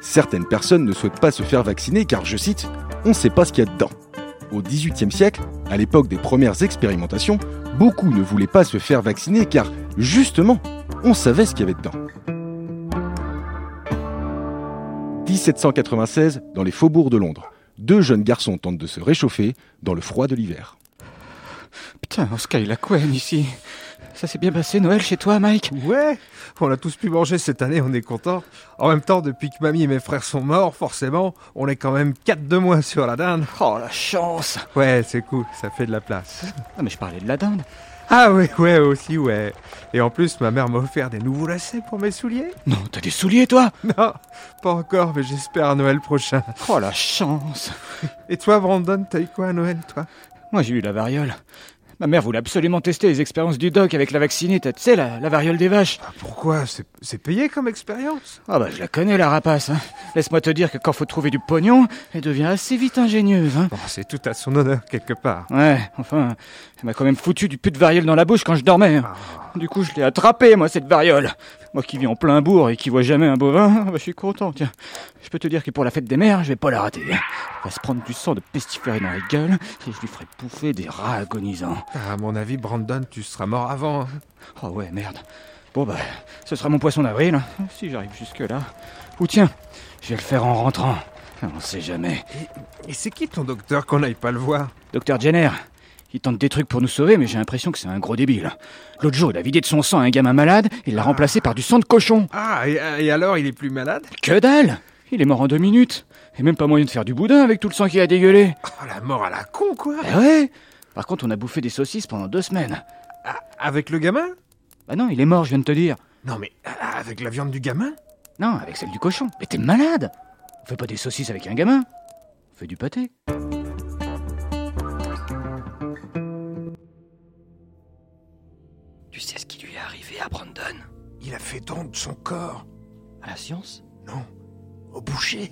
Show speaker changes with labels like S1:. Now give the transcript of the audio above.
S1: Certaines personnes ne souhaitent pas se faire vacciner car, je cite, on ne sait pas ce qu'il y a dedans. Au XVIIIe siècle, à l'époque des premières expérimentations, beaucoup ne voulaient pas se faire vacciner car, justement, on savait ce qu'il y avait dedans. 1796, dans les faubourgs de Londres, deux jeunes garçons tentent de se réchauffer dans le froid de l'hiver.
S2: Putain, Oscar, il a quoi ici Ça s'est bien passé Noël chez toi, Mike
S3: Ouais, on a tous pu manger cette année, on est content. En même temps, depuis que mamie et mes frères sont morts, forcément, on est quand même quatre de moins sur la dinde.
S2: Oh, la chance
S3: Ouais, c'est cool, ça fait de la place.
S2: Ah, mais je parlais de la dinde.
S3: Ah ouais, ouais, aussi, ouais. Et en plus, ma mère m'a offert des nouveaux lacets pour mes souliers.
S2: Non, t'as des souliers, toi
S3: Non, pas encore, mais j'espère à Noël prochain.
S2: Oh, la chance
S3: Et toi, Brandon, t'as eu quoi à Noël, toi
S2: Moi, j'ai eu la variole. Ma mère voulait absolument tester les expériences du doc avec la vaccinée, t'as- tu sais, la, la variole des vaches.
S3: Bah, Pourquoi C'est c'est payé comme expérience
S2: Ah bah, je la connais, la rapace. hein. Laisse-moi te dire que quand faut trouver du pognon, elle devient assez vite ingénieuse. Hein.
S3: Bon, c'est tout à son honneur, quelque part.
S2: Ouais, enfin, elle m'a quand même foutu du put de variole dans la bouche quand je dormais. hein. Du coup, je l'ai attrapée, moi, cette variole. Moi qui vis en plein bourg et qui vois jamais un bovin, bah, je suis content, tiens. Je peux te dire que pour la fête des mères, je vais pas la rater. Elle va se prendre du sang de pestiféré dans la gueule et je lui ferai bouffer des rats agonisants.
S3: Ah, À mon avis, Brandon, tu seras mort avant. hein.
S2: Oh ouais, merde. Bon bah, ce sera mon poisson d'avril, hein, si j'arrive jusque-là. Ou tiens, je vais le faire en rentrant. On sait jamais.
S3: Et c'est qui ton docteur qu'on n'aille pas le voir
S2: Docteur Jenner, il tente des trucs pour nous sauver, mais j'ai l'impression que c'est un gros débile. L'autre jour, il a vidé de son sang un gamin malade et il l'a remplacé par du sang de cochon.
S3: Ah, et, et alors, il est plus malade
S2: Que dalle Il est mort en deux minutes. Et même pas moyen de faire du boudin avec tout le sang qu'il a dégueulé.
S3: Oh, la mort à la con, quoi
S4: Ah
S2: Eh ouais Par contre, on a bouffé des saucisses pendant deux semaines.
S3: Ah, Avec le gamin
S2: Bah non, il est mort, je viens de te dire.
S3: Non, mais ah, avec la viande du gamin
S2: Non, avec celle du cochon. Mais t'es malade On fait pas des saucisses avec un gamin. On fait du pâté.
S4: Tu sais ce qui lui est arrivé à Brandon
S3: Il a fait don de son corps.
S4: À la science
S3: Non, au boucher.